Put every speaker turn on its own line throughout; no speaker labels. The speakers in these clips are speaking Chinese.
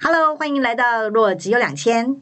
喽，欢迎来到若只有两千，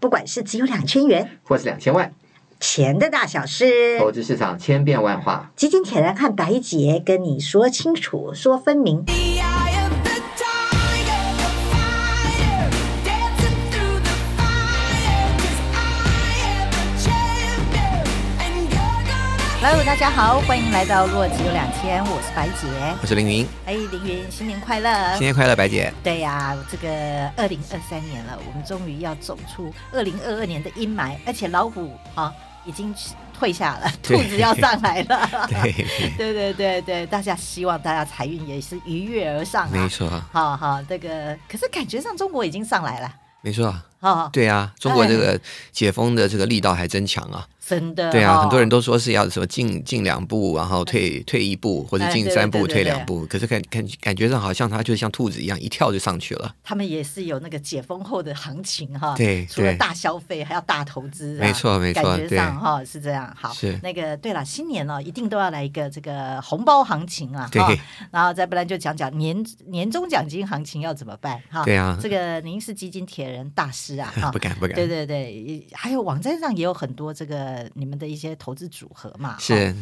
不管是只有两千元，
或是两千万，
钱的大小事，
投资市场千变万化。
基金铁人和白姐跟你说清楚，说分明。
The eye of the tiger, the fighter, dancing through the fire. 'Cause I am the champion, and you're gonna.
来，大家好，欢迎来到《若只有两千》，我是白姐。
我是凌云，
哎，凌云，新年快乐
新！年快乐，白姐！
对呀、这个二零二三年了，我们终于要走出二零二二年的阴霾，而且老虎啊已经退下了，兔
对
子要上来了。
对，
对对对对，大家希望大家财运也是一跃而上
没
啊！
错，
好好，这个可是感觉上中国已经上来了，
没错，
哦，
对啊，中国这个解封的这个力道还真强啊！
真的，
对啊，
哦
很多人都说是要什么进进两步，然后退退一步，或者
哎
进
对
三
对
步
对
退
对
两步，可是感感感觉上好像他就像兔子一样，一跳就上去了。
他们也是有那个解封后的行情哈，
对
除了
对
大消费还要大投资啊，
没错没错
感觉
对
上哈是这样。好，
是
那个对了，新年哦，一定都要来一个这个红包行情啊，
对
哈然后再不然就讲讲年年终奖金行情要怎么办哈，
对啊
这个您是基金铁人大师 啊，哈
不敢不敢
对对对，还有网站上也有很多这个你们的一些投资组合嘛，哈
是，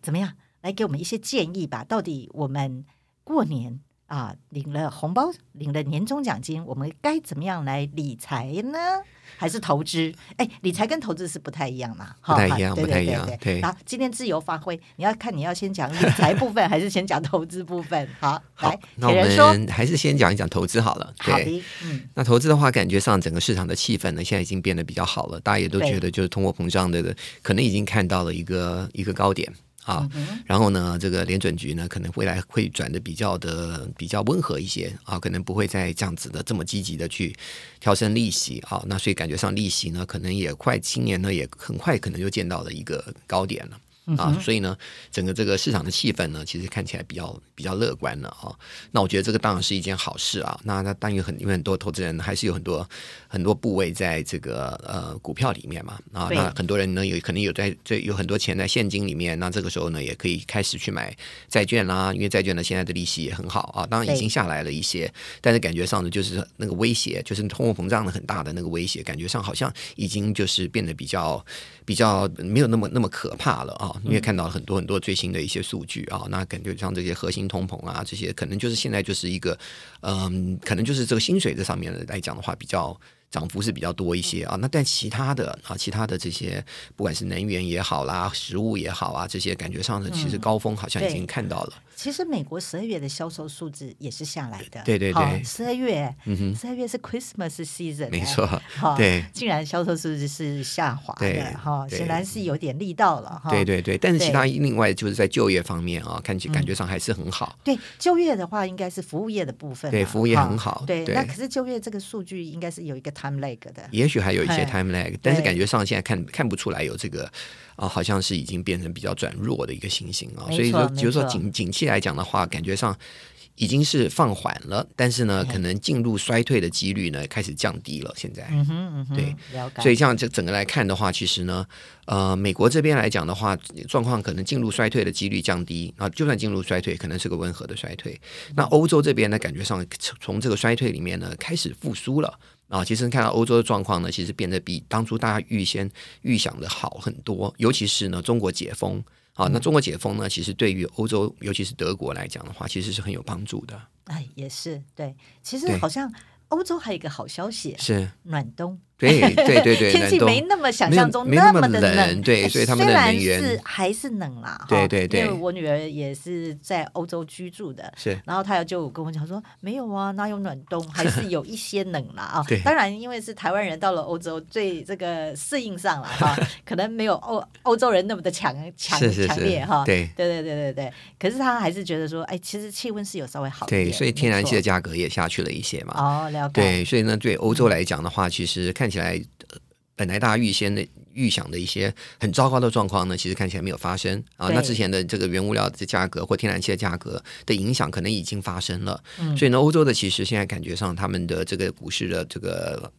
怎么样？来给我们一些建议吧。到底我们过年啊领了红包，领了年终奖金，我们该怎么样来理财呢？还是投资？哎，理财跟投资是不太一样嘛，哈
不太一样
对
不
对
太
对
一样
对
对
好，今天自由发挥，你要看你要先讲理财部分，还是先讲投资部分？好，
好
来，，
那
铁人
我
说，
们还是先讲一讲投资好了。
好
对。
的，嗯，
那投资的话，感觉上整个市场的气氛呢，现在已经变得比较好了，大家也都
对
觉得就是通货膨胀的可能已经看到了一个一个高点啊。然后呢，这个联准局呢，可能未来会转的比较的比较温和一些啊，可能不会再这样子的这么积极的去调升利息啊。那所以感觉上利息呢，可能也快今年呢也很快可能就见到了一个高点了。啊，所以呢，整个这个市场的气氛呢，其实看起来比较比较乐观了啊。那我觉得这个当然是一件好事啊。那那当然有很因为很多投资人还是有很多很多部位在这个呃股票里面嘛啊，
对
那很多人呢有可能有在这有很多钱在现金里面，那这个时候呢也可以开始去买债券啦，因为债券呢现在的利息也很好啊，当然已
对
经下来了一些，但是感觉上呢就是那个威胁，就是通货膨胀的很大的那个威胁，感觉上好像已经就是变得比较比较没有那么那么可怕了啊，因为看到了很多很多最新的一些数据啊，那感觉像这些核心通膨啊，这些可能就是现在就是一个，嗯，可能就是这个薪水这上面来讲的话，比较涨幅是比较多一些啊。那但其他的啊，其他的这些不管是能源也好啦，食物也好啊，这些感觉上
嗯
呢，其实高峰好像已经看到了，
其实美国十二月的销售数字也是下来的，
对对对
十二月，十二月是 Christmas season，
没
哎
错
哈，
对
竟然销售数字是下滑
对
的哈，
对
显然是有点力道了哈。
对 对对。但是
对
其他另外就是在就业方面啊，看起感觉上还是很好。
对就业的话，应该是服务业的部分嘛，啊
对服务业
哈
很好
对，
对嗯
那可是就业这个数据应该是有一个 time lag 的，
也许还有一些
哎
time lag，但是
对
感觉上现在看看不出来有这个啊、好像是已经变成比较转弱的一个情形啊、
没错
所以说，
没错
比如说景景气来讲的话，感觉上已经是放缓了，但是呢，
哎
可能进入衰退的几率呢开始降低了。现在，
嗯哼嗯哼，
对，
了解。
所以这样这整个来看的话，其实呢，呃，美国这边来讲的话，状况可能进入衰退的几率降低啊，就算进入衰退，可能是个温和的衰退。那欧洲这边呢，感觉上从从这个衰退里面呢开始复苏了。啊，其实看到欧洲的状况呢，其实变得比当初大家预先预想的好很多，尤其是呢中国解封
嗯
啊，那中国解封呢，其实对于欧洲，尤其是德国来讲的话，其实是很有帮助的。
哎，也是对，其实
对
好像欧洲还有一个好消息，啊
是，
暖冬。
对对对 对，
天气
冷冻
没那么想
没有
象中
没那
么
么
的
冷对所以他们的
虽然
能源
是还是冷啦。哈
对对对
因为我女儿也是在欧洲居住的，
是
然后她就跟我讲说，没有啊，哪有暖冬，还是有一些冷啦啊
对。
当然，因为是台湾人到了欧洲，最这个适应上 了哈，可能没有欧欧洲人那么的强强
是是是
强烈哈。
对
对对对对对，可是她还是觉得说，哎，其实气温是有稍微好一点，
对，所以天然气
没
的
错
价格也下去了一些嘛。
哦，嗯了解，
对，所以呢，对欧洲来讲的话，其实看起来、呃本来大家预先的预想的一些很糟糕的状况呢，其实看起来没有发生啊。
对
那之前的这个原物料的价格或天然气的价格的影响，可能已
嗯
经发生了。所以呢，欧洲的其实现在感觉上他们的这个股市的这个。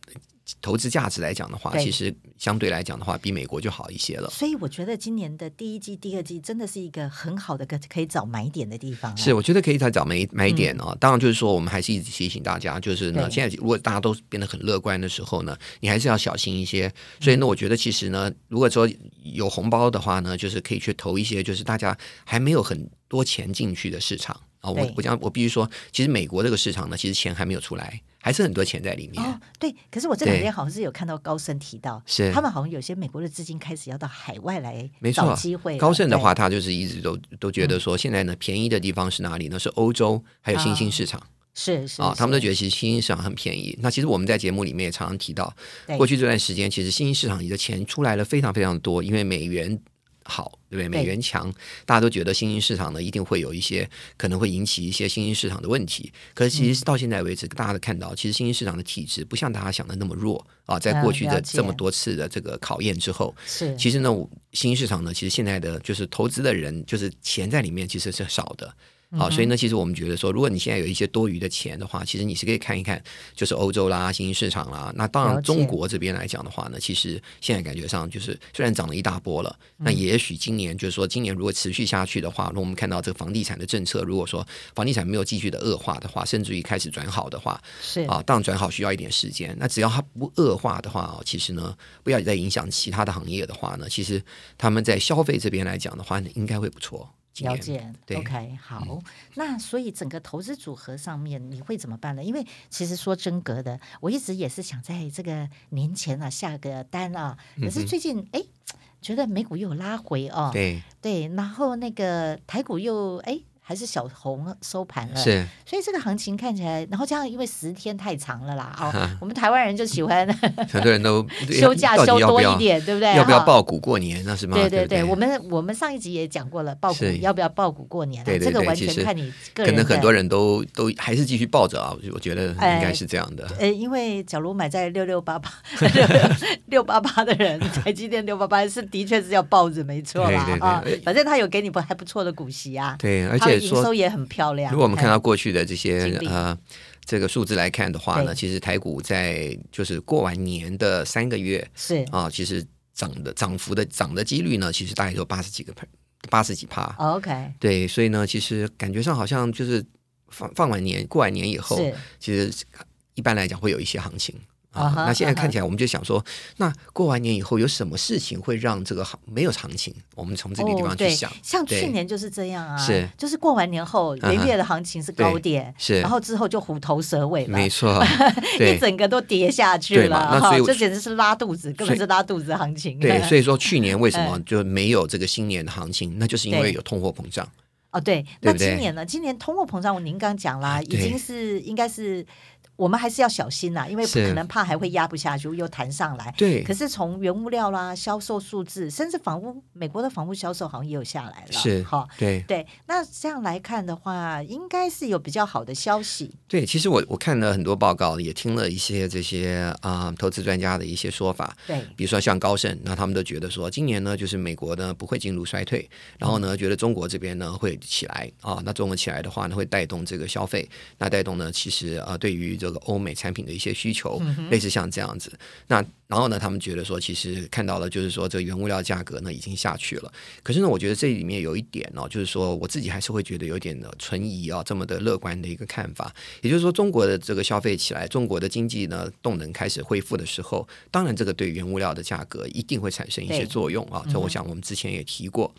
投资价值来讲的话，
对
其实相对来讲的话，比美国就好一些了。
所以我觉得今年的第一季、第二季真的是一个很好的可可以找买点的地方、啊
是，，我觉得可以再找买买点哦。当然，就是说，我们还是一直提醒大家，就是
嗯
呢，
对
现在如果大家都变得很乐观的时候呢，你还是要小心一些。
嗯
所以呢，我觉得其实呢，如果说有红包的话呢，就是可以去投一些，就是大家还没有很多钱进去的市场啊。我
对
我讲，我必须说，其实美国这个市场呢，其实钱还没有出来，还是很多钱在里面。
哦，对。可是我这两
对
天好像是有看到高盛提到，
是
他们好像有些美国的资金开始要到海外来
没
找
错，
机会了。
高盛的
对嗯
话，他就是一直都都觉得说，现在呢，便宜的地方是哪里呢？是欧洲还有新
啊
兴市场
是是
啊，他们都觉
得
得其实新兴市场很便宜。那其实我们在节目里面也常常提到，
对
过去这段时间，其实新兴市场里的钱出来了非常非常多，因为美元。好，对不对？美元强，大家都觉得新兴市场呢一定会有一些可能会引起一些新兴市场的问题。可是
嗯
其实到现在为止，大家都看到，其实新兴市场的体质不像大家想的那么弱啊。在
嗯
过去
了
的
解
这么多次的这个考验之后，
是
其实呢，我新兴市场呢，其实现在的就是投资的人，就是钱在里面其实是少的。
嗯
好、所以呢，其实我们觉得说，如果你现在有一些多余的钱的话，其实你是可以看一看，就是欧洲啦、新兴市场啦。那当
了
然，
解
中国这边来讲的话呢，其实现在感觉上就是虽然涨了一大波了，
嗯
那也许今年就是说，今年如果持续下去的话，如果我们看到这个房地产的政策，如果说房地产没有继续的恶化的话，甚至于开始转好的话，
是
啊，当然转好需要一点时间。那只要它不恶化的话哦，其实呢，不要再影响其他的行业的话呢，其实他们在消费这边来讲的话，应该会不错。今
了
年
解
对嗯
，OK，好、那所以整个投资组合上面你会怎么办呢？因为其实说真格的，我一直也是想在这个年前啊下个单啊，可是最近哎、觉得美股又有拉回哦，
嗯对，
对然后那个台股又哎还是小红收盘了，
是
所以这个行情看起来，然后加上因为十天太长了啦，哦，我们台湾人就喜欢
很多人都
休假
到底
休
要
多
不
一
要
点，对不对？
要不
哈
要爆股过年？那是吗？
对
对不
对，我们我们上一集也讲过了，爆股
是
要不要爆股过年啊？
对对
这个
对
完
其
全
实
看你个
可
人的。
能很多人都都还是继续抱着啊，我我觉得应
哎
该是这样的。
呃，因为假如买在六六八 八六八八的人，台积电六八八是的确是要抱着，没错啦
对对对
啊
哎。
反正他有给你不还不错的股息啊，
对，而
它的
且
营
说
收也很漂亮。
如果我们看到
哎
过去的这些
经历
呃这个数字来看的话呢，
对
其实台股在就是过完年的三个月
是
啊，其实涨的涨幅的涨的几率呢，其实大概有八十几个八十几趴。
哦 OK，
对，所以呢，其实感觉上好像就是放放完年过完年以后
是，
其实一般来讲会有一些行情。
啊
啊，
哈
那现在
啊
看
哈
起来，我们就想说，那过完年以后有什么事情会让这个行没有行情？我们从这个地
哦
方去
对
想，，
像去
对
年就是这样啊，
是
就是过完年后元
嗯哼
月的行情是
对
高点，
是
然后之后就虎头蛇尾嘛，，
没错 对
一，整个都跌下去
对
了，
嘛那所以
哈
我
这简直是拉肚子，根
所
本
以
是拉肚子行情。
对，所
以
以说去年为什
嗯
么就没有这个新年的行情？那就是因为有通货膨胀。
哦，对，
对
那
不对
今年呢？今年通货膨胀，您刚讲啦，
啊
已
对
经是应该是我们还是要小心啦，因为
是
可能怕还会压不下去，又弹上来。
对
可是从原物料啦、销售数字，甚至房屋，美国的房屋销售好像也有下来了，
是
哈。
对
对，那这样来看的话，应该是有比较好的消息。
对，其实我我看了很多报告，也听了一些这些啊、投资专家的一些说法。
对，
比如说像高盛，那他们都觉得说，今年呢，就是美国呢不会进入衰退，然后呢，觉得中国这边呢会起来啊，那中国起来的话呢，会带动这个消费，那带动呢，其实啊，对于这个欧美产品的一些需求，类似像这样子。那然后呢，他们觉得说，其实看到了，就是说这个原物料价格呢已经下去了。可是呢，我觉得这里面有一点哦，就是说我自己还是会觉得有点的存疑啊、这么的乐观的一个看法。也就是说，中国的这个消费起来，中国的经济呢动能开始恢复的时候，当然这个对原物料的价格一定会产生一些
对嗯
作用啊。这我想我们之前也提过。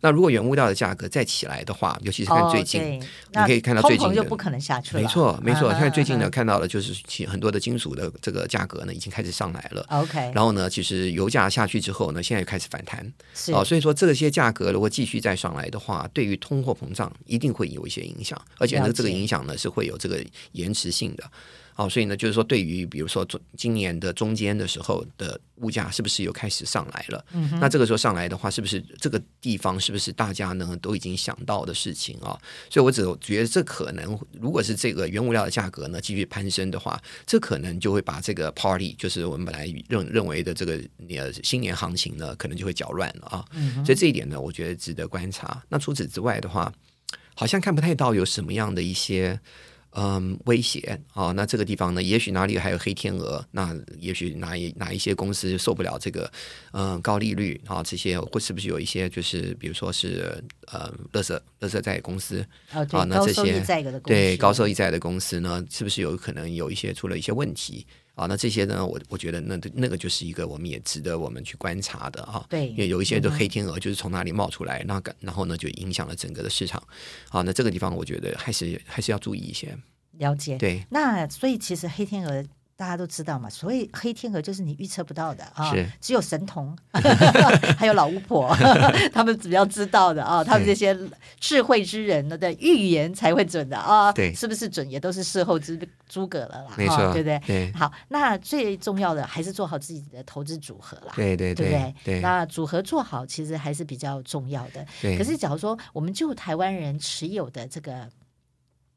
那如果原物料的价格再起来的话，尤其是看最近，
哦、对
你可以看到最近
那通膨就
的
不可能下去了。
没错没错，
嗯哼
看最近呢
嗯
看到了，就是其很多的金属的这个价格呢已经开始上来了。
哼嗯 OK，
然后呢，其实油价下去之后呢，现在又开始反弹
是
哦，所以说这些价格如果继续再上来的话，对于通货膨胀一定会有一些影响，而且
了
呢，
解
这个影响呢是会有这个延迟性的。哦，所以呢，就是说，对于比如说中今年的中间的时候的物价是不是又开始上来了？嗯、那这个时候上来的话，是不是这个地方是不是大家呢都已经想到的事情啊、所以我只觉得这可能，如果是这个原物料的价格呢继续攀升的话，这可能就会把这个 party，就是我们本来认认为的这个呃新年行情呢，可能就会搅乱了啊。
嗯
所以这一点呢，我觉得值得观察。那除此之外的话，好像看不太到有什么样的一些嗯威胁啊、那这个地方呢，也许哪里还有黑天鹅，那也许哪一哪一些公司受不了这个嗯高利率啊、这些或是不是有一些就是比如说是呃乐色乐色债公司
哦，对，
啊，那
高
这
收益
些
债的公
对
司
高收益债的公司呢，是不是有可能有一些出了一些问题啊？那这些呢，我我觉得那那个就是一个我们也值得我们去观察的啊。
对嗯
因为有一些的黑天鹅就是从哪里冒出来，那个然后呢就影响了整个的市场啊。那这个地方我觉得还是还是要注意一些。
了解。
对，
那所以其实黑天鹅大家都知道嘛，所以黑天鹅就是你预测不到的啊
是，
只有神童 还有老巫婆 他们比较知道的啊，他们这
对
些智慧之人的预言才会准的啊，
对
是不是准也都是事后诸诸葛了啦，
没
啊
错，
对不对？
对
好，那最重要的还是做好自己的投资组合啦。
对对
对不对
对？对
那组合做好其实还是比较重要的。
对
可是假如说我们就台湾人持有的这个。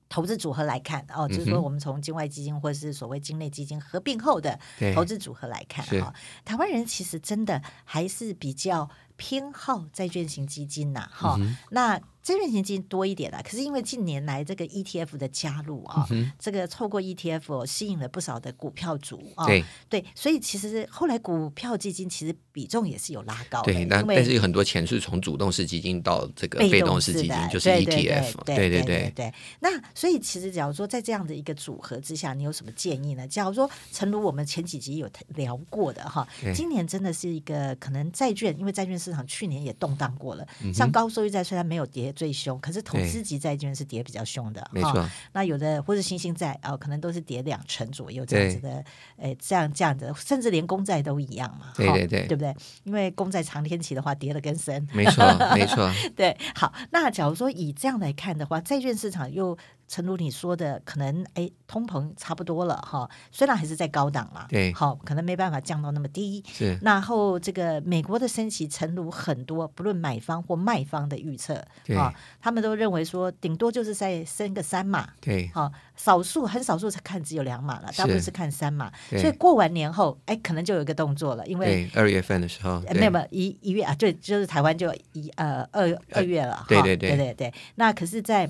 投资组合来看哦，就是
嗯
说
哼
我们从境外基金或是所谓境内基金合并后的
对
投资组合来看
是
啊、台湾人其实真的还是比较偏好债券型基金呐、
嗯
哈、那债券型基金多一点啦、可是因为近年来这个 ETF 的加入啊、
嗯
这个透过 ETF 哦、吸引了不少的股票族啊、
对
对，所以其实后来股票基金其实比重也是有拉高的，
对，那
因
但是
为
有很多钱是从主动式基金到这个
被
被
动
动式基金，就是 E
的
ETF，
对
对
对对
对，
对。那所以其实假如说在这样的一个组合之下，你有什么建议呢？假如说，诚如我们前几集有聊过的哈，
对
今年真的是一个可能债券，因为债券市场去年也动荡过了，像高收益债虽然没有跌最凶，可是投
嗯对
资级债券是跌比较凶的，
没
哈
错，
那有的或是新兴债啊、可能都是跌两成左右这样子的，诶，这样这样子，甚至连公债都一样嘛，
对
哈
对对
对不对？因为公债长天期的话，跌得更深。
没错，没错，
对，好，那假如说以这样来看的话，债券市场又诚如你说的，可能诶，通膨差不多了哈，虽然还是在高档啦，
对
好，可能没办法降到那么低，
是
然后这个美国的升息，诚如很多不论买方或卖方的预测
对
啊、他们都认为说顶多就是再升个三码，
对
好、少数很少数才看只有两码了，大部分
是
是看三码，
对
所以过完年后，哎，可能就有一个动作了，因为。
对，二月份的时候，
呃
对
没有没有一一月啊，对，就是台湾就一呃二二月了哈，
对
对
对
对
对
对那可是在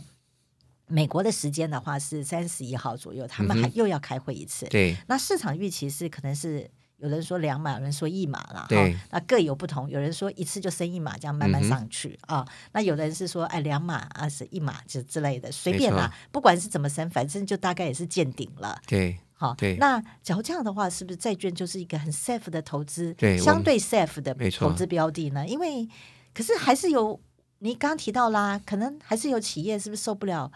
美国的时间的话是三十一号左右，他们
嗯哼
还又要开会一次。
对
那市场预期是可能是有人说两码，有人说一码啦，
对
哈那各有不同。有人说一次就升一码，这样慢慢
嗯哼
上去啊、那有的人是说哎两码啊是一码之之类的，随
没
便
错
啦，不管是怎么升，反正就大概也是见顶了。
对
好，
对
那假如这样的话，是不是债券就是一个很 safe 的投资，
对我
相
们
对 safe 的
没错
投资标的呢？因为可是还是有你刚刚提到啦，可能还是有企业是不是受不了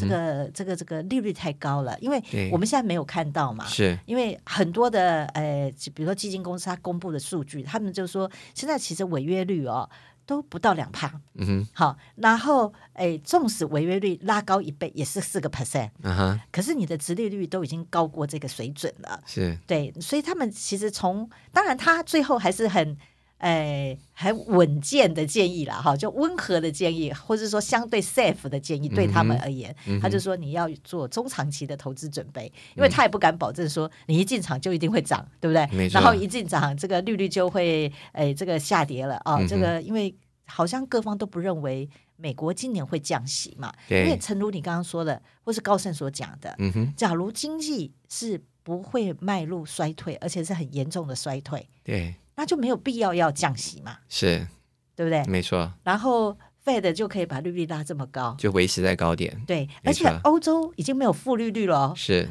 这个、这个这个利率太高了？因为
嗯对
我们现在没有看到嘛，
是
因为很多的呃，比如说基金公司它公布的数据，他们就说现在其实违约率哦都不到两帕，
嗯哼
好，然后诶，纵使违约率拉高一倍，也是四个 percent。
嗯哼
可是你的殖利率都已经高过这个水准了，
是
对，所以他们其实从当然他最后还是很。哎，很稳健的建议啦，哈，就温和的建议，或者说相对 safe 的
嗯
建议，对他们而言，他就说你要做中长期的投资准备，
嗯
因为他也不敢保证说你一进场就一定会涨，对不对？
没错
然后一进场，这个利率就会哎这个下跌了
嗯
啊，这个因为好像各方都不认为美国今年会降息嘛，因
对
为诚如你刚刚说的，或是高盛所讲的，
嗯哼
假如经济是不会迈入衰退，而且是很严重的衰退，
对
那就没有必要要降息嘛，
是
对不对？
没错，
然后 Fed 就可以把利率拉这么高。
就维持在高点
对，而
没
且
错
欧洲已经没有负利率了哦，
是，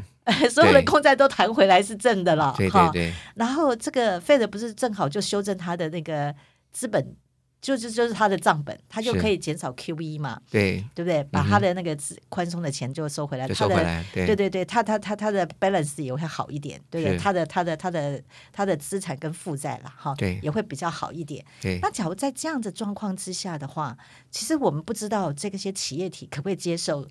所有的
对
公债都弹回来是正的了，
对
哈
对对
然后这个 Fed 不是正好就修正它的那个资本，就是就是它的账本，它就是可以减少 QE 嘛，
对，
对不对？把它的那个资宽松的钱就收回来，
嗯就
它
收
呃的
回来，
对
对
对对，他他他他的 balance 也会好一点，对不对？
是
他的他的他的他的资产跟负债啦，哈，
对
也会比较好一点。
对
那假如在这样的状况之下的话，其实我们不知道这个些企业体可不可以接受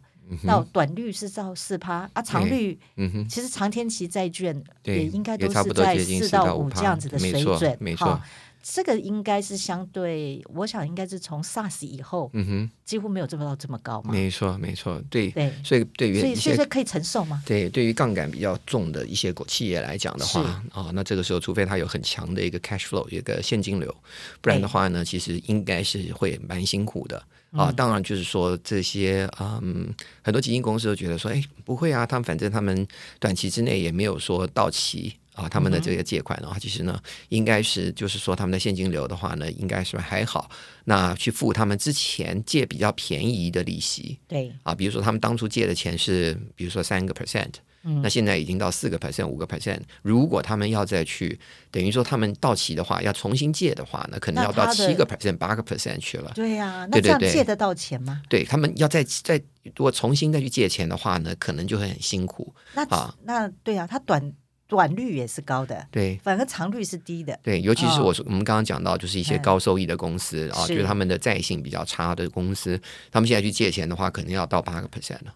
到短率是到四趴啊，长率
嗯哼
其实长天期债券
对
也应该都
也差
是
不多
在
接近
四
4到
五
5%
这样子的
没
水
错
准，
没
哈
错
这个应该是相对，我想应该是从 SARS 以后，
嗯哼，
几乎没有这么到这么高嘛。
没错没错，对
对
所以对于
所以，
一
所以
些
这可以承受吗？
对，对于杠杆比较重的一些国企业来讲的话，啊、那这个时候除非它有很强的一个 cash flow，有一个现金流，不然的话呢，其实应该是会蛮辛苦的啊。当然，就是说这些，嗯，很多基金公司都觉得说，哎，不会啊，他们反正他们短期之内也没有说到期。啊，他们的这个借款的话，其实呢，应该是就是说他们的现金流的话呢，应该是还好。那去付他们之前借比较便宜的利息，
对，
啊，比如说他们当初借的钱是，比如说三个 percent，那
嗯
现在已经到四个 percent、五个 percent。如果他们要再去，等于说他们到期的话，要重新借的话，那可能
那
要到
他的
七个 percent、八个 percent 去了。
对 呀，那
对对
这样
对
借得到钱吗？
对他们要再再如果重新再去借钱的话呢，可能就会很辛苦。
那
啊
那对呀，它短短率也是高的，
对
反而长率是低的。
对，尤其是
哦
我说、我们刚刚讲到，就是一些
嗯
高收益的公司、啊，
是
就是他们的债性比较差的公司，他们现在去借钱的话，可能要到八个 percent 了。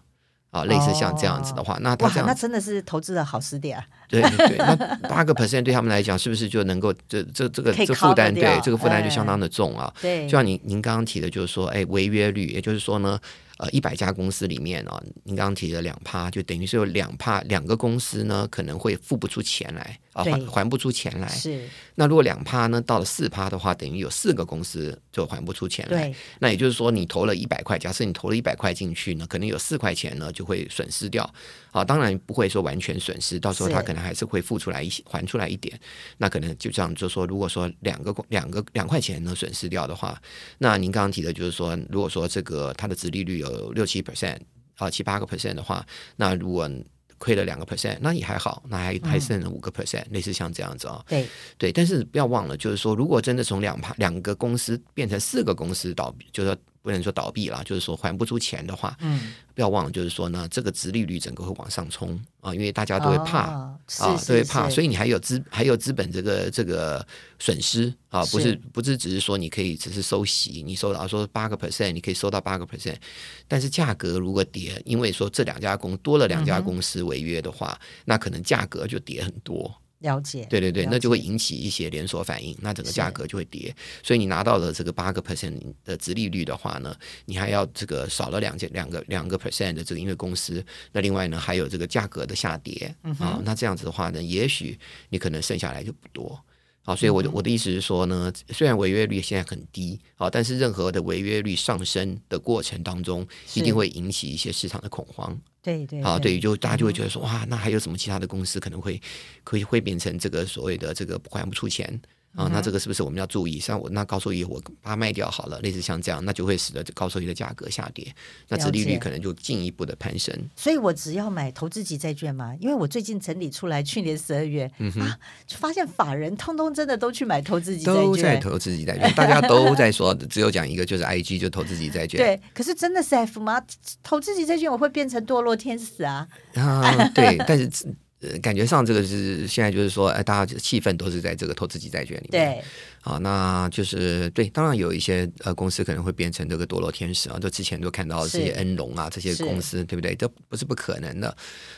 啊，类似像这样子的话，那他
哇
这，样
那真的是投资的好时点啊！
对对，那八个 percent 对他们来讲，是不是就能够这这这个
可以
这
cover
负担
掉
对这个负担就
哎
相当的重啊？
对，
就像您您刚刚提的，就是说，哎，违约率，也就是说呢，呃，一百家公司里面啊，您刚刚提的两趴，就等于是有两趴两个公司呢可能会付不出钱来啊，
对
还还不出钱来。
是
那如果两趴呢到了四趴的话，等于有四个公司就还不出钱来
对。
那也就是说，你投了一百块，假设你投了一百块进去呢，可能有四块钱呢就会损失掉。啊，当然不会说完全损失，到时候
是
他可能还是会付出来一些，还出来一点。那可能就这样，就说如果说两个两个两块钱呢损失掉的话，那您刚刚提的就是说，如果说这个它的殖利率有六七 percent 啊七八个 percent 的话，那如果亏了两个 percent，那也还好，那还还剩了五个 percent，、类似像这样子啊、
对，
对，但是不要忘了，就是说，如果真的从两趴两个公司变成四个公司倒闭，就是说不能说倒闭啦，就是说还不出钱的话，
嗯，
不要忘了，就是说呢，这个殖利率整个会往上冲啊，因为大家都会怕。
哦是
啊，
是
都会怕，
是
所以你还有资，还有资本这个这个损失啊，不
是
是不是只是说你可以只是收息，你收到说八个 percent，你可以收到八个 percent，但是价格如果跌，因为说这两家公多了两
嗯
家公司违约的话，那可能价格就跌很多。
了解，
对对对，
了
那就会
解
引起一些连锁反应，那整个
是
价格就会跌。所以你拿到了这个八个 percent 的殖利率的话呢，你还要这个少了两件两个两个 percent 的这个音乐公司，那另外呢还有这个价格的下跌
嗯
啊、那这样子的话呢，也许你可能剩下来就不多。啊，
嗯
所以我的我的意思是说呢，虽然违约率现在很低啊，但是任何的违约率上升的过程当中，
是
一定会引起一些市场的恐慌。
对对
啊，对，就大家就会
嗯
觉得说，哇，那还有什么其他的公司可能会会会变成这个所谓的这个还不出钱
嗯
啊？那这个是不是我们要注意？像我那高收益，我把它卖掉好了，类似像这样，那就会使得这高收益的价格下跌，那
了
殖利率
解
可能就进一步的攀升。
所以我只要买投资级债券嘛，因为我最近整理出来，去年十二月、
嗯
啊，就发现法人通通真的都去买投资级债
都在
券。
投资级债券，大家都在说，只有讲一个就是 IG 就投资级债券。
对，可是真的是 F 吗？投资级债券我会变成堕落天使啊！
啊，对，但是呃，感觉上这个是现在就是说，哎、大家气氛都是在这个投资级债券里面。
对，
啊，那就是对，当然有一些呃公司可能会变成这个堕落天使啊，就之前都看到这些
是
恩龙啊这些
是
公司，对不对？这不是不可能的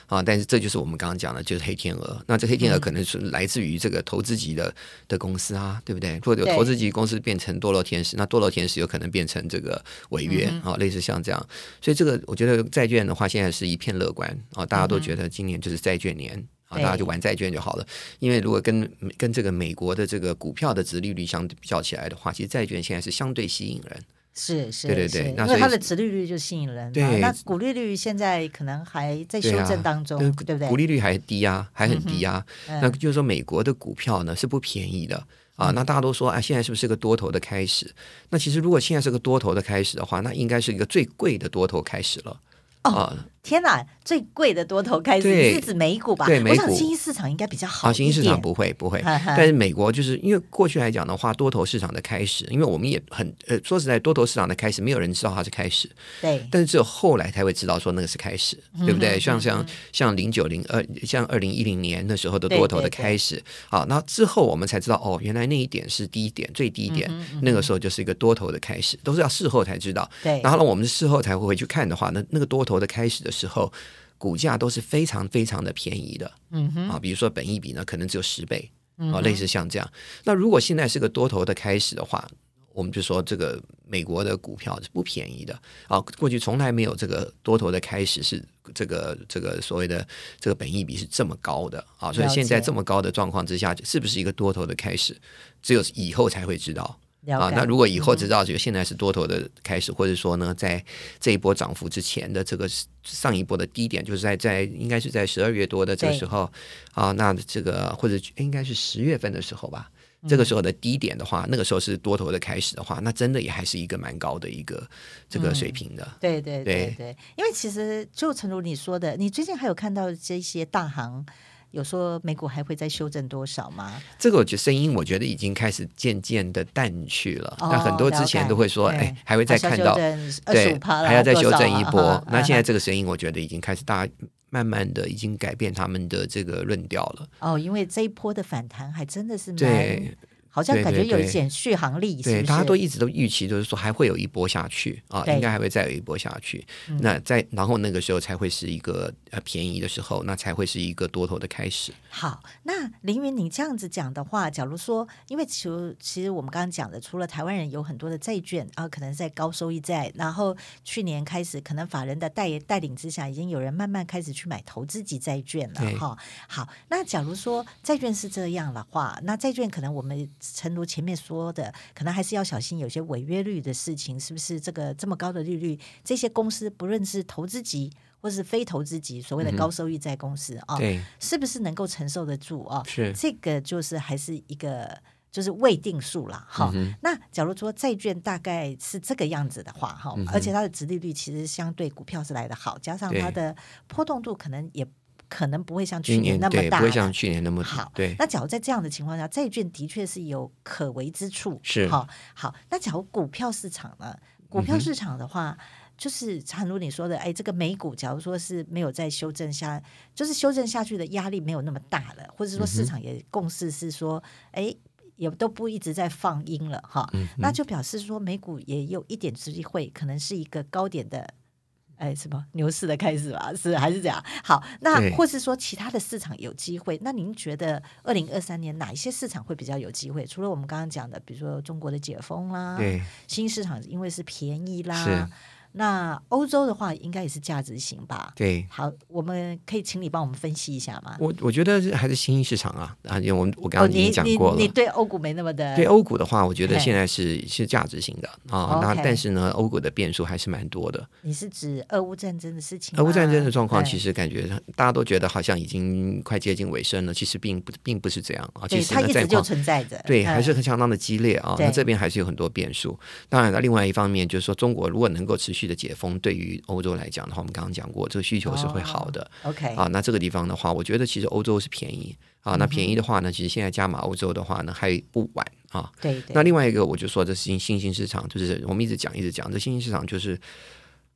啊，但是这就是我们刚刚讲的，就是黑天鹅。那这黑
嗯
天鹅可能是来自于这个投资级的的公司啊，对不对？或者有
对
投资级公司变成堕落天使，那堕落天使有可能变成这个违约、
嗯
啊，类似像这样。所以这个我觉得债券的话，现在是一片乐观啊，大家都觉得今年就是债券年。啊，
嗯对
大家就玩债券就好了，因为如果跟跟这个美国的这个股票的殖利率相比较起来的话，其实债券现在是相对吸引人。
是是，
对对对
是
那
因
所
为
以
它的殖利率就吸引人嘛。
对
那股利率现在可能还在修
对啊
正当中，
对
对不对？
股利率还低啊，还很低啊。
嗯
那就是说，美国的股票呢是不便宜的啊。那大家都说啊，现在是不是个多头的开始？那其实如果现在是个多头的开始的话，那应该是一个最贵的多头开始了。
哦
啊，
天哪，最贵的多头开始
对
你是指美股吧？
对美
我想
股
新兴市场应该比较好
啊，
一
新
点。
兴市场不会不会，
哈哈
但是美国就是因为过去来讲的话，多头市场的开始，因为我们也很呃，说实在，多头市场的开始，没有人知道它是开始，
对
但是只有后来才会知道说那个是开始，
嗯
对不对？像像像零九零二，像二零一零年那时候的
对
多头
对
的开始，好，那之后我们才知道哦，原来那一点是低点，最低点，
嗯
那个时候就是一个多头的开始，都是要事后才知道。
对
然后呢，我们事后才会回去看的话，那那个多头的开始的时候，
嗯
股价都是非常非常的便宜的，嗯哼，啊，比如说本益比呢，可能只有十倍。啊、类似像这样。那如果现在是个多头的开始的话，我们就说这个美国的股票是不便宜的啊，过去从来没有这个多头的开始是这个这个所谓的这个本益比是这么高的啊，所
了
以
解
现在这么高的状况之下，是不是一个多头的开始，只有以后才会知道。
了
啊
解。，
那如果以后知道就现在是多头的开始，或者说呢，在这一波涨幅之前的这个上一波的低点，就是在在应该是在十二月多的这个
对
时候啊，那这个或者诶应该是十月份的时候吧。这个时候的低点的话，那个时候是多头的开始的话，那真的也还是一个蛮高的一个这个水平的。
对对对
对
对，因为其实就诚如你说的，你最近还有看到这些大行有说美股还会再修正多少吗？
这个我觉得声音，我觉得已经开始渐渐的淡去了。
哦
那很多之前都会说，
了解
哎，还会再看到
二十
对
五，趴，
还要再修正一波。
啊
那现在这个声音，我觉得已经开始大家慢慢的已经改变他们的这个论调了。
哦，因为这一波的反弹还真的是蛮
对，
好像
对
感觉
对
有一
对
点续航力，是
对，
不
大家都
是？
一直都预期，就是说还会有一波下去啊，
对嗯
应该还会再有一波下去。那在然后那个时候才会是一个呃便宜的时候，那才会是一个多头的开始。
好，那林云，你这样子讲的话，假如说，因为其实其实我们刚刚讲的，除了台湾人有很多的债券啊，可能在高收益债，然后去年开始，可能法人的带带领之下，已经有人慢慢开始去买投资级债券了
对
哈。好，那假如说债券是这样的话，那债券可能我们诚如前面说的，可能还是要小心有些违约率的事情，是不是？这个这么高的利率，这些公司不论是投资级或是非投资级，所谓的高收益债公司啊。
对，
是不是能够承受得住啊、
是
这个就是还是一个就是未定数啦。哈、
嗯
那假如说债券大概是这个样子的话，哈、
嗯
而且它的殖利率其实相对股票是来的好，加上它
对
的波动度可能也可能不会像去
今
年
年
那么
对不
大
会
了。
像去年那么
好，
对。
那假如在这样的情况下，债券的确是有可为之处，
是嗯
好、好。那假如股票市场呢？股票市场的话，就是正如你说的，哎，这个美股假如说是没有再修正下，就是修正下去的压力没有那么大了，或者说
嗯
市场也共识是说，哎。也都不一直在放音了哈，
嗯
那就表示说美股也有一点机会，可能是一个高点的哎，什么牛市的开始吧？是还是这样？好，那
对
或是说其他的市场有机会？那您觉得二零二三年哪一些市场会比较有机会？除了我们刚刚讲的，比如说中国的解封啦，
对，
新市场因为是便宜啦
是，
那欧洲的话应该也是价值型吧？
对，
好，我们可以请你帮我们分析一下吗？
我我觉得还是新兴市场啊啊，因为我们我刚
哦，
刚已
你
经讲
你
过了。
你对欧股没那么的
对欧股的话，我觉得
嘿哦
现在是是价值型的啊。那
OK
但是呢，欧股的变数还是蛮多的。
你是指俄乌战争的事情吗？
俄乌战争的状况，
啊对
其实感觉大家都觉得好像已经快接近尾声了，其实并不并不是这样啊。其
对
实
它
呢，
一
战
直就
况
存在着，嗯
对还是很相当的激烈啊。
对
那这边还是有很多变数。当然了，另外一方面就是说，中国如果能够持续的解封，对于欧洲来讲的话，我们刚刚讲过，这个需求是会好的。
OK
啊，那这个地方的话，我觉得其实欧洲是便宜啊。那便宜的话呢，其实现在加码欧洲的话呢，还不晚啊。
对对，
那另外一个，我就说这新新兴市场，就是我们一直讲一直讲，这新兴市场就是，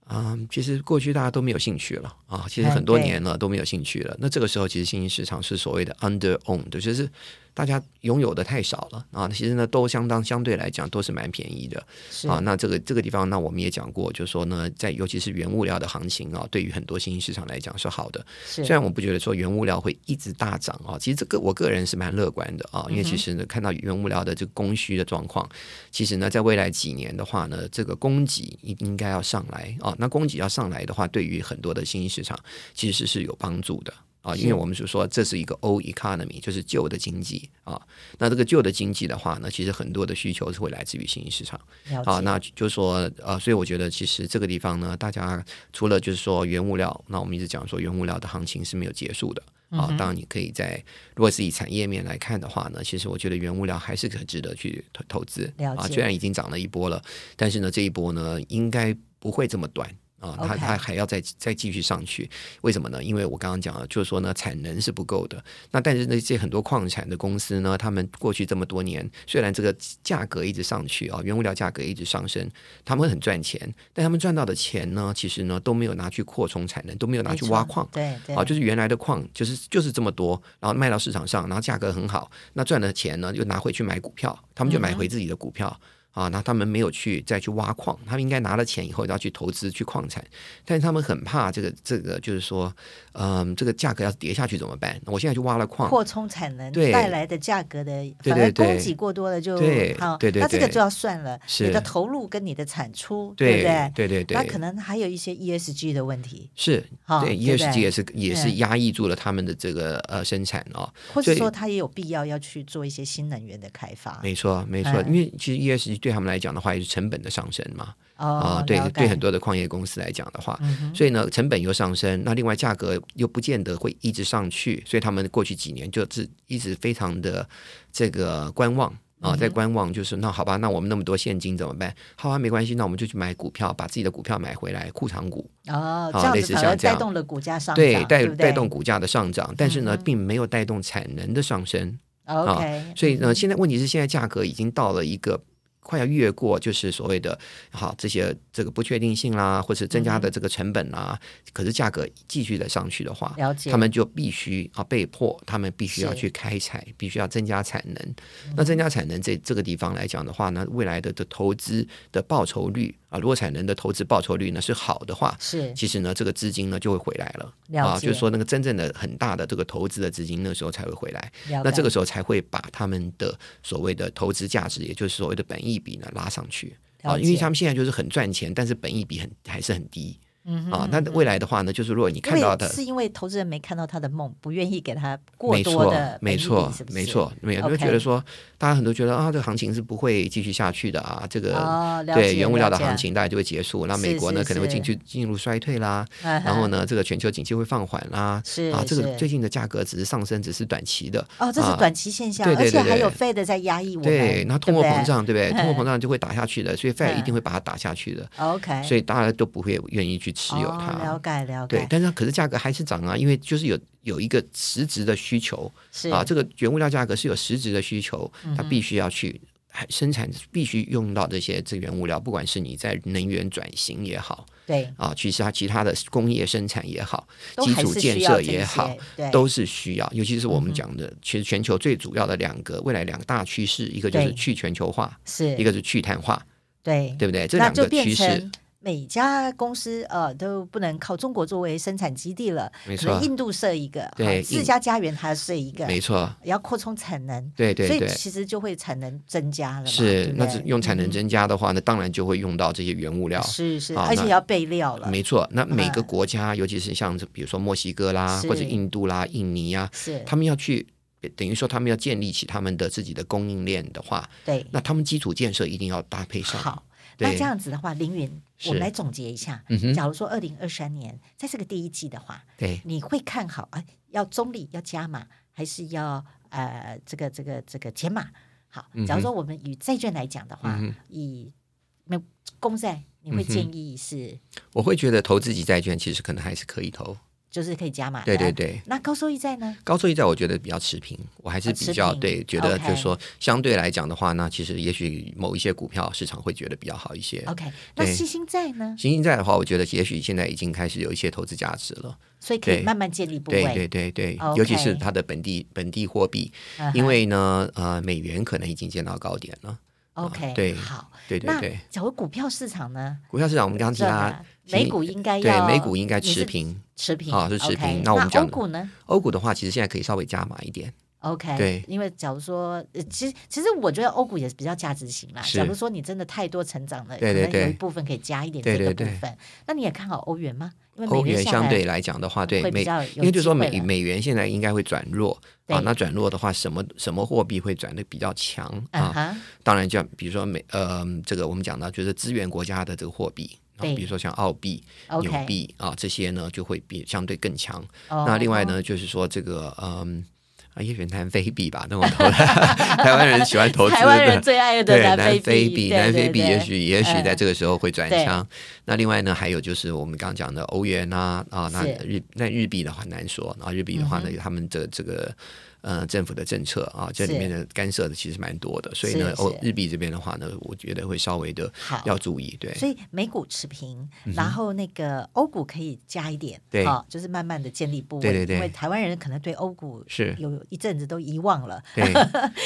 啊、其实过去大家都没有兴趣了啊，其实
哎
很多
对
年了都没有兴趣了。那这个时候，其实新兴市场是所谓的 under owned，就是大家拥有的太少了啊。其实呢，都相当相对来讲都是蛮便宜的。
是
啊，那这个这个地方，那我们也讲过，就是说呢，在尤其是原物料的行情啊，对于很多新兴市场来讲是好的。
是
虽然我不觉得说原物料会一直大涨啊，其实这个我个人是蛮乐观的啊，因为其实呢，看到原物料的这个供需的状况，其实呢，在未来几年的话呢，这个供给应应该要上来啊，那供给要上来的话，对于很多的新兴市场其实是有帮助的。啊，因为我们是说这是一个 old economy，就是旧的经济啊。那这个旧的经济的话呢，其实很多的需求是会来自于新兴市场。
了解
啊，那就就说呃，所以我觉得其实这个地方呢，大家除了就是说原物料，那我们一直讲说原物料的行情是没有结束的
嗯
啊。当然，你可以在如果是以产业面来看的话呢，其实我觉得原物料还是很值得去投投资
了
啊。
解
虽然已经涨了一波了，但是呢，这一波呢应该不会这么短。啊，它
OK
它还要再再继续上去，为什么呢？因为我刚刚讲了，就是说呢，产能是不够的。那但是那些很多矿产的公司呢，他们过去这么多年，虽然这个价格一直上去啊，原物料价格一直上升，他们很赚钱，但他们赚到的钱呢，其实呢都没有拿去扩充产能，都没有拿
没
去
错
挖矿。
对对
啊，就是原来的矿，就是就是这么多，然后卖到市场上，然后价格很好，那赚的钱呢，又拿回去买股票，他们就买回自己的股票。啊，那他们没有去再去挖矿，他们应该拿了钱以后要去投资去矿产，但是他们很怕这个这个就是说，嗯，这个价格要跌下去怎么办？我现在去挖了矿，
扩充产能
嗯对
带来的价格的，
对
反而
对
供给过多了就
对
好，
对对
那这个
对
就要算了，
是
你的投入跟你的产出，
对
不对？
对对对
那可能还有一些 ESG 的问题，
是
哈
对
对不嗯对
ESG 也是也是
对
压抑住了他们的这个呃生产哦，
或者
所以
说它也有必要要去做一些新能源的开发。
没错没错，
嗯
因为其实 ESG 对他们来讲的话也是成本的上升嘛，啊、
哦，
对
了
对，
解嗯
很多的矿业公司来讲的话，所以呢，成本又上升，那另外价格又不见得会一直上去，所以他们过去几年就是一直非常的这个观望
嗯
啊、在观望，就是那好吧，那我们那么多现金怎么办？好啊，没关系，那我们就去买股票，把自己的股票买回来，库藏股，
哦，这
啊
样
类
子
似
反而
像这
带
样
动了股价上涨，
对，带
不对嗯
带动股价的上涨，但是呢，并没有带动产能的上升，
OK，
啊
嗯
所以呢，呃现在问题是现在价格已经到了一个。快要越过，就是所谓的好这些这个不确定性啦，或是增加
嗯
的这个成本啦，可是价格继续的上去的话，
了解
他们就必须啊被迫，他们必须要
是嗯
去开采，必须要增加产能。那增加产能这这个地方来讲的话呢，未来的的投资的报酬率啊，如果产能的投资报酬率呢是好的话，
是
其实呢，这个资金呢就会回来了
了
啊，
解
就是说那个真正的很大的这个投资的资金，那时候才会回来。
了
那这
解
个时候才会把他们的所谓的投资价值，也就是所谓的本益比呢拉上去啊，
了
因为
解
他们现在就是很赚钱，但是本益比很还是很低
嗯哼
啊。那未来的话呢，就是如果你
因
看
为
到的。
是因为投资人没看到他的梦，不愿意给他过
没
多
错
的，
没
本益比
错
是，不
没
是
错，没有没有
OK
觉得说，大家很多觉得啊，这个行情是不会继续下去的啊，这个、
哦了
对
解
原物料
了
的
解
行情大概就会结束，那美
是
国呢
是
可能会进
是
去进入衰 退啦，
嗯哼
然后呢这个全球景气会放缓啦，
是
啊，这个
是
最近的价格只是上升，只是短期的
哦，这是
啊
短期现象，
对对对
而且还有
对
Fed 的在压抑我们，
对，那通货
不对
膨胀，对不对？通
嗯
货膨胀就会打下去的，所以 Fed
嗯
一定会把它打下去的，
，OK，
所以大家都不会愿意去持有
哦了
它。
解了
对
解，，
但是可是价格还是涨啊，因为就是有有一个实质的需求
是嗯
啊，这个原物料价格是有实质的需求，它必须要去还生产，必须用到这些资源物料，不管是你在能源转型也好
对
啊，其实它其他的工业生产也好，
都
基
还
础
是
建
需要
设
这
也
些
好，
对
都是需要，尤其是我
嗯
们讲的，其实全球最主要的两个未来两大趋势，一个就是
对
去全球化，
是
一个是去碳化，
对
对不对？这
那
两
就
个
变
趋势
成，每家公司呃都不能靠中国作为生产基地了，
没
可能
错
印度设一个，
对
好自
印
家家园还要设一个，
没错，
要扩充产能，
对对
所
对
以其实就会产能增加了嘛，对
是。
不
那
对嗯
是用产能增加的话，那当然就会用到这些原物料。
是是，
啊
而且
那
要备料了，
没错，那每个
嗯
国家，尤其是像这比如说墨西哥啦，
是
或者印度啦、印尼啊，
是
他们要去等于说他们要建立起他们的自己的供应链的话，
对，
那他们基础建设一定要搭配上。
好。
对
那这样子的话，凌云，我
是
们来总结一下。
嗯哼
假如说二零二三年在这个第一季的话，
对，
你会看好啊？要中立，要加码，还是要呃这个这个这个减码？好，假如说我们以债券来讲的话，
嗯嗯哼
以那公债，你会
嗯哼
建议是、
我会觉得投资级债券其实可能还是可以投。
就是可以加码的？
对对。对。
那高收益债呢？
高收益债我觉得比较持平，我还是
哦
比
持
较、
平
对，觉得
OK
就是说相对来讲的话呢，其实也许某一些股票市场会觉得比较好一些。
OK，那
对
新兴债呢？
新兴债的话，我觉得也许现在已经开始有一些投资价值了。
所以可以
对
慢慢建立部
对
位。
对对对
OK
尤其是它的本地本地货币，
嗯哼
因为呢，呃，美元可能已经见到高点了。
OK，、
对
好。
对对
那
对，
假如股票市场呢？
股票市场我们刚刚提
这
到
呢，美股应该
对
要
美股应该
你是
持平，
持平
啊是持
OK
平
那
那我们讲
欧股呢
欧股的话，其实现在可以稍微加码一点。
？OK，
对
因为假如说，呃其实其实我觉得欧股也是比较价值型啦。
是
假如说你真的太多成长了，
对对
可能有一
对
部分可以加一点
对
这个部
对
分。那你也看好欧元吗？因为
欧
美
元
下
相
来
对来讲的话，对
会比
美
较有，
因为就是说
机
美
会了
美元现在应该会转弱
对
啊，那转弱的话，什么什么货币会转的比较强
啊
啊？
哈，
当然，像比如说美呃，这个我们讲到就是资源国家的这个货币。啊
对，
比如说像澳币、
OK
纽币啊，这些呢就会比相对更强。
哦
那另外呢，就是说这个嗯，啊，也许南非币吧，那种投 台湾人喜欢投资的，
哦台湾人最爱 的
对
南非
非
币，对
南非
对
币
对
也许也许
嗯
在这个时候会转
对
强。那另外呢，还有就是我们刚刚讲的欧元啊啊，那
是嗯
日那日币的话难说啊，日币的话呢，他们的这个。呃政府的政策啊，这里面的干涉的其实蛮多的，所以呢，
是是
哦，日币这边的话呢，我觉得会稍微的
好
要注意，对，嗯
所以美股持平，然后那个欧股可以加一点，
对
啊，就是慢慢的建立部位，
对对对
因为台湾人可能对欧股
是
有一阵子都遗忘了，
对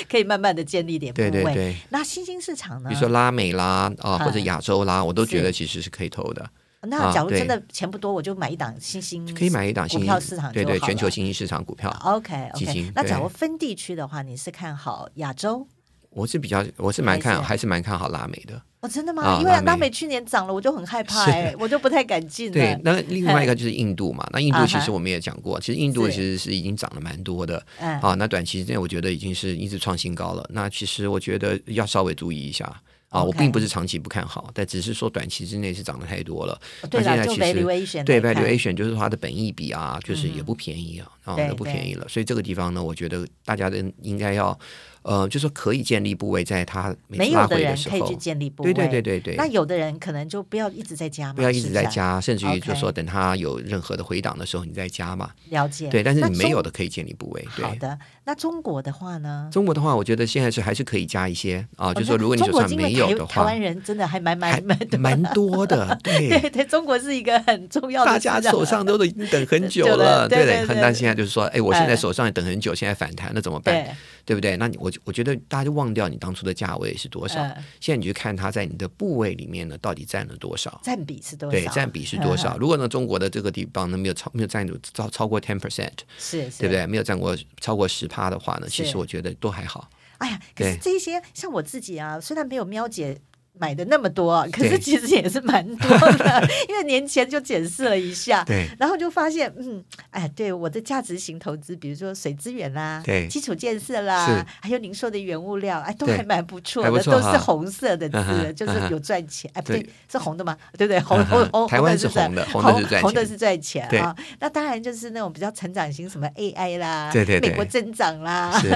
可以慢慢的建立一点部位。
对对对。
那新兴市场呢
比如？说拉美啦啊，
嗯
或者亚洲啦，我都觉
是
得其实是可以投的，
那
啊
假如
对
真的钱不多，我就买一档新兴，
可以买一档
嗯
新
股票市场
对
就
对
好
全球
了。
新兴市场股票。
OK
基
OK，
金
那假
对
如分地区的话，你是看好亚洲？
我是比较，我是蛮
还是
看，还是蛮看好拉美的。
哦，真的吗？
啊
因为
拉美
拉美去年涨了，我就很害怕，
是
哎，我就不太敢进了。
对，那另外一个就是印度嘛，那印
啊
度其
哈
实我们也讲过，其实印度
是
其实是已经涨了蛮多的
嗯
啊。那短期之内，我觉得已经是一直创新高了。那其实我觉得要稍微注意一下啊。我
OK
并不是长期不看好，但只是说短期之内是涨得太多了。
对啦，
那现在
就
其实
valuation
对
来看嗯
valuation 就是它的本益比啊，就是也不便宜啊，啊、
对
也不便宜了。所以这个地方呢，我觉得大家的应该要，呃，就说可以建立部位，在它每次
没
拉
有的
回
人
时
可以
候
去，建立部位，
对对对对对
那。有的人可能就不要一直在加嘛，
不要一直
是
在
不是啊，
加，甚至于
OK
就说等它有任何的回档的时候，你再加嘛。
啊了解。
对，但是
那
你
中
没有的可以建立部位。
好
对，
的，那中国的话呢？
中国的话，我觉得现在是还是可以加一些啊，
哦
就
那
说如果你
中
手
国
上
因为
没有
台
的
台
话
湾，人真的还蛮蛮
还
蛮多。
蛮多的。 对，
对对，中国是一个很重要的
大
市场，
家手上都已经等很久
久了
了，
对
对
对
的。很
对
担心啊，就是说，哎，我现
哎
在手上也等很久，现在反弹了怎么办？
对，
对不对？那你我我觉得大家就忘掉你当初的价位是多少，
嗯
现在你就看它在你的部位里面呢到底占了多少。
占比是多少？嗯
对，占比是多少？如果呢，中国的这个地方呢没有超没有占有超超过 ten percent，
是，是
对不？对？没有占过超过十趴的话呢，其
是
实我觉得都还好。
哎呀，可是
对
这些像我自己啊，虽然没有喵姐。买的那么多啊，可是
对
其实也是蛮多的， 因为年前就检视了一下，
对
然后就发现，嗯，哎，对我的价值型投资，比如说水资源啦，
对
基础建设
是
啦，还有您说的原物料，哎，都
对
还蛮不错
还
的，
不错
都是
哈
红色的
嗯
字，
哼
就是
嗯哼
有赚钱，哎，不
对嗯
对，是红的嘛，对不对？红红红，
台湾
是
是
赚
红的
红
红的是赚
红的
钱
是赚钱
对
啊。那当然就是那种比较成长型，什么 AI 啦，
对对
美
对
国增长啦，
是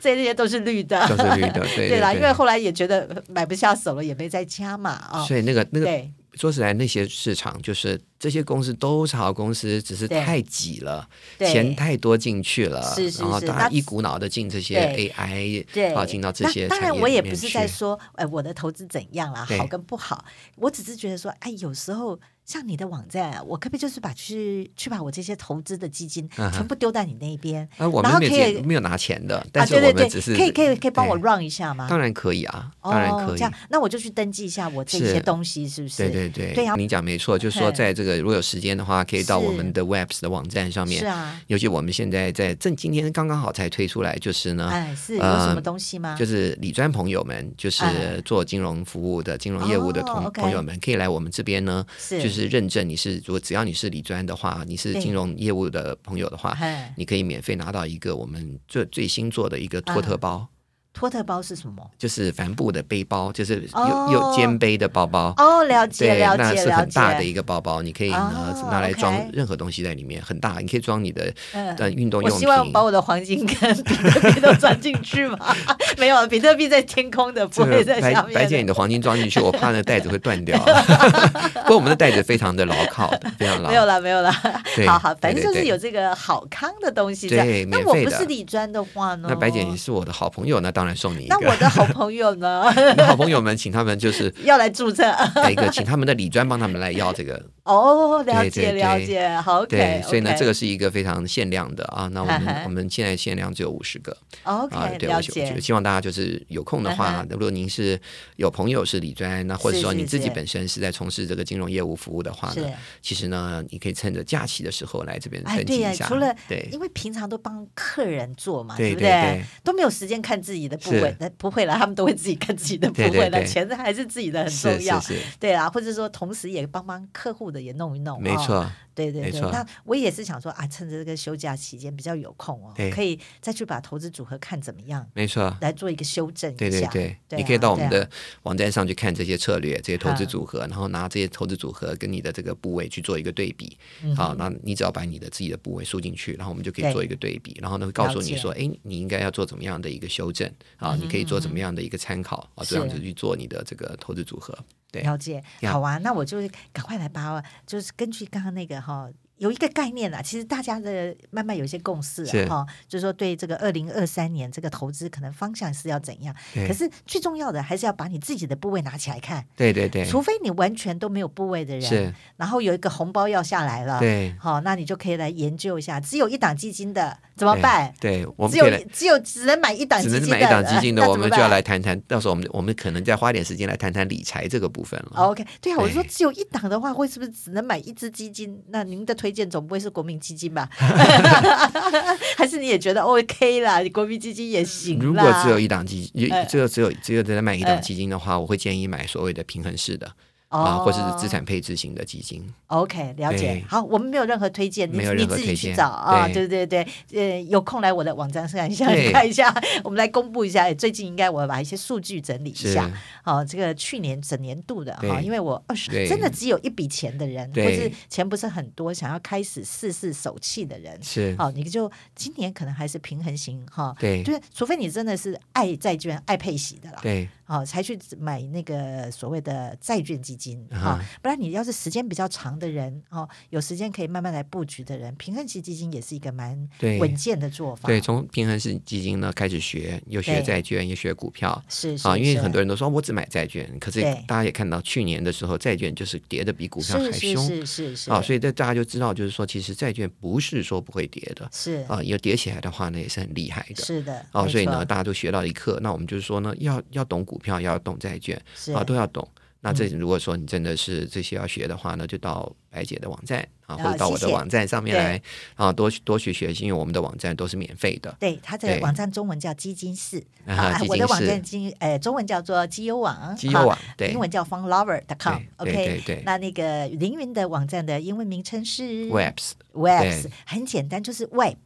这些都是绿的，
都是绿的对
啦，
对对
因为后来也觉得呃买不下手了，也没再加嘛啊、
所以那个那个
对，
说实在，那些市场就是这些公司都是好公司，只是
对
太挤了，
对
钱太多进去了，
是是
然后
是
大
那
家一股脑的进这些
对
AI
对，
啊，进到这
那
些
当
产业
然，
里
我也
面
不是
去
在说，哎、我的投资怎样啦，
对
好跟不好，我只是觉得说，哎，有时候像你的网站啊，我可不可以就是把去去把我这些投资的基金
嗯哼
全部丢在你那一边，
啊，我
然
们
后
没有
可以
借没有拿钱的，
啊，
但是
对对
我们
对
只是、，
可以可以可以帮我
对
run 一下吗？
当然可以啊，当然
哦，
可以。
这样，那我就去登记一下我这
是
些东西，是不是？
对对对，
对啊
你讲没错，就是说
嘿
在这个如果有时间的话，可以到
是
我们的 Webs 的网站上面。
是啊，
尤其我们现在在正今天刚刚好才推出来，就是呢，
哎，是有
呃
什么东西吗？
就是理专朋友们，就是
啊哎
做金融服务的、金融业务的同、
哦，OK
朋友们，可以来我们这边呢，
是
就是认证你是，如果只要你是理专的话，你是
对
金融业务的朋友的话
哎，
你可以免费拿到一个我们最最新做的一个托特
啊
包。
托特包是什么？
就是帆布的背包，就是又、
哦
又肩背的包包，
哦，了解
对，
了
那
解
是
了
很大的
解
一。个包包，你可以呢
哦
拿来
OK
装任何东西在里面，很大，你可以装你的
嗯
呃运动
我
用
希望
品
把。我的黄金跟比特币都装进去嘛， 没有，比特币在天空的， 不
这
会
个
在
白
下
白姐，
面
你
的。
的黄金装进去，我怕那袋子会断 掉。 不过我们的袋子非常的牢靠的，非常牢。
没有啦，没有啦，
对
好好，反正
对对
就是
对
有这个好康的东西
对
在。那
免
我
费
不
的
是理专的话呢？
那白姐，你是我的好朋友，那当然送你一
那我
个。
的好朋友呢？
你好朋友们，请他们就是
要来注册
来一个，请他们的李专帮他们来要这个。
哦，了
对对
解
对
了解，好
对
OK，
所以呢，
OK
这个是一个非常限量的啊。那我
哈哈
们我们现在限量只有五十个。啊，
OK
对，我
了
希我
解
希。希望大家就是有空的
嗯
话
哼，
如果您是有朋友是理专，那或者
是
说
是
你自己
是
本身是在从事这个金融业务服务的话
是
呢，其实呢，你可以趁着假期的时候来这边
哎，
登
对
记
呀、
一下。
除了
对
因为平常都帮客人做嘛，
对
不
对对
都没有时间看自己的部位
是，
那不会啦，他们都会自己看自己的部
对对
位了，
对
钱还是自己的很
是
重要
是。是，
对啊，或者说同时也帮帮客户的也弄一弄，
没
哦、
错，
对对
没
对。
错
那我也是想说啊，趁着这个休假期间比较有空哦
对，
可以再去把投资组合看怎么样，
没错。
来做一个修正一下。
对对对，
对
你
啊
可以到我们
对啊
的网站上去看这些策略、这些投资
嗯
组合，然后拿这些投资组合跟你的这个部位去做一个对比。好、那你只要把你的自己的部位输进去，然后我们就可
嗯对
以做一个对比，然后呢，会告诉你说，哎，你应该要做怎么样的一个修正啊？你可以做怎么样的一个参考啊？这样
嗯
子
是
去做你的这个投资组合。对
了解，
呀
好啊，那我就赶快来把我，就是根据刚刚那个哈、有一个概念啦，其实大家的慢慢有一些共识
是
啊，哈、就是说对这个二零二三年这个投资可能方向是要怎样，
对
可是最重要的还是要把你自己的部位拿起来看，
对对对，
除非你完全都没有部位的人啊
是，
然后有一个红包要下来了，
对
好、那你就可以来研究一下，只有一档基金的怎么办？
对，对我们
只
可
有
以来
只有只能买一档基
只
金
能
的，
是买一档基金 的，
那
我
怎么
们就要
办
来谈谈，到时候我们我们可能再花点时间来谈谈理财这个部分了。
OK，对啊，我说
对
只有一档的话，会是不是只能买一只基金？那您的推荐总不会是国民基金吧？ 还是你也觉得哦 OK 啦，国民基金也行啦？
如果只有一档基，也
呃
只有只有只有在买一档
呃
基金的话，我会建议买所谓的平衡式的
哦
啊，或者是资产配置型的基金。
OK，了解
对。
好，我们没有任何推荐，你
没有
你
任何
自己
推
去
荐
找啊，对
对
对对，呃，有空来我的网站上一下
对
看一下， 我们来公布一下，哎最近应该我把一些数据整理一
是
下。好、哦这个去年整年度的哈，
对
因为我二十
对
真的只有一笔钱的人，或
对
是钱不是很多，想要开始试试手气的人，哦
是，
好，你就今年可能还是平衡型哈。
对
对，除非你真的是爱债券、爱配息的啦，
对
好、才去买那个所谓的债券基金
啊
啊、
哈
不然你要是时间比较长的人哦，有时间可以慢慢来布局的人，平衡型基金也是一个蛮
对
稳健的做法。
对，从平衡式基金呢开始学，又
啊对
学债券，又学股票。
是是
啊，因为
是
很多人都说我只买债券，可是
对
大家也看到去年的时候，债券就是跌的比股票还
是是
凶
是是是
啊，所以这大家就知道，就是说其实债券不是说不会跌的
是
啊，有跌起来的话呢也是很厉害的。
是的
啊，
没
所以呢，
错
大家都学到一课。那我们就是说呢，要要懂股票，要懂债券
是
啊，都要懂。那这
嗯
如果说你真的是这些要学的话呢，就到白姐的网站啊，
啊
或者到我
谢
的
谢
网站上面
对
来啊，多去多去学习，因为我们的网站都是免费的。
对，它的
对
网站中文叫基金室
啊
啊
基，金
我的网
室
站基呃中文叫做基优网，
基优网
哈
对
英文叫 funlover.com OK，
对。对对对
那嗯那个凌云的网站的英文名称是
Webs，
Webs，
对
很简单，就是 Web。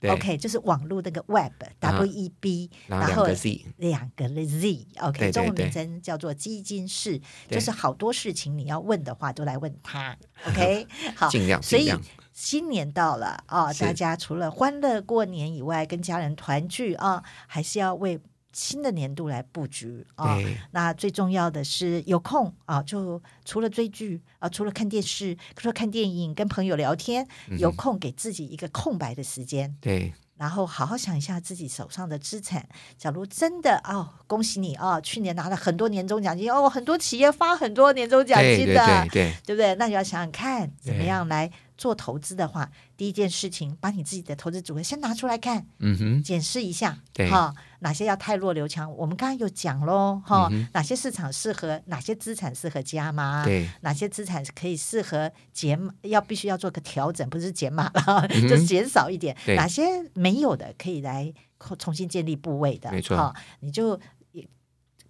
对啊
OK，就是网络那个 Web，W E B，
然
然
后
后
两个 Z
两个 Z，OK，、
对对
中文名
对
称叫做基金室，就
对
是好多事情你要问的话，都来问他，OK，好，
尽量
所以
尽量。
新年到了啊、
是
大家除了欢乐过年以外，跟家人团聚啊、还是要为新的年度来布局啊、
对
那最重要的是有空啊、就除了追剧啊、除了看电视，除了看电影，跟朋友聊天，
嗯
有空给自己一个空白的时间，
对
然后好好想一下自己手上的资产。假如真的哦，恭喜你啊、去年拿了很多年终奖金哦，很多企业发很多年终奖
对
金
对
的，
对对
对不对？那你要想想看，怎么
对
样来做投资的话，第一件事情，把你自己的投资组合先拿出来看，
嗯哼，
检视一下，
对
哈、哪些要太弱留强？我们刚刚有讲喽，哈、哪些市场适合，哪些资产适合加码，
嗯对
哪些资产可以适合减码，要必须要做个调整，不是减码了，就减少一点，
嗯对
哪些没有的可以来重新建立部位的，
没错
哈、你就也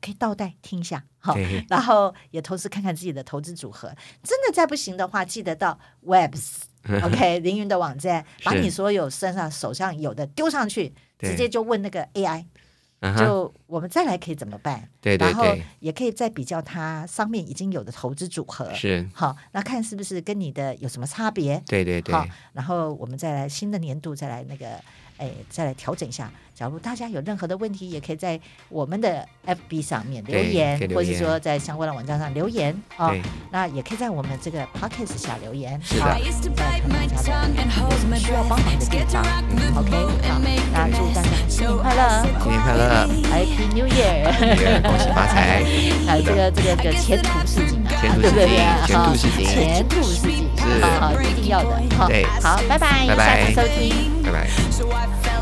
可以倒带听一下，哈、
对
然后也同时看看自己的投资组合。真的再不行的话，记得到 Webs 。OK，凌 云的网站，把
是
你所有身上手上有的丢上去，
对
直接就问那个 AI，
嗯哼，
就我们再来可以怎么办？
对对
然后
对
也可以再比较它上面已经有的投资组合，
是，
好，那看是不是跟你的有什么差别？
对对对
好，然后我们再来新的年度再来那个，哎，再来调整一下。假如大家有任何的问题，也可以在我们的 FB 上面留
对
言，
可以留
或者是
言
说在相关的网站上留言啊、
对
那也可以在我们这个 Podcast 下留言。啊
是的
好
I used to bite my tongue and hold my
需要帮忙
breath,
的地
scared to
方
rock the
，OK，
boat
好
and，make
那祝大家
the
新
So
年
I
快乐
said
新年快乐
，Happy New Year！
恭喜发财，
还有这个这个这个前途似锦啊，
前途
对不
似
对
锦
啊？
前途似锦
前途似锦，
是
Ờ, 啊好好，一定要的哈。
对
好，拜拜，
拜拜
下次收听。
拜拜。
So I fell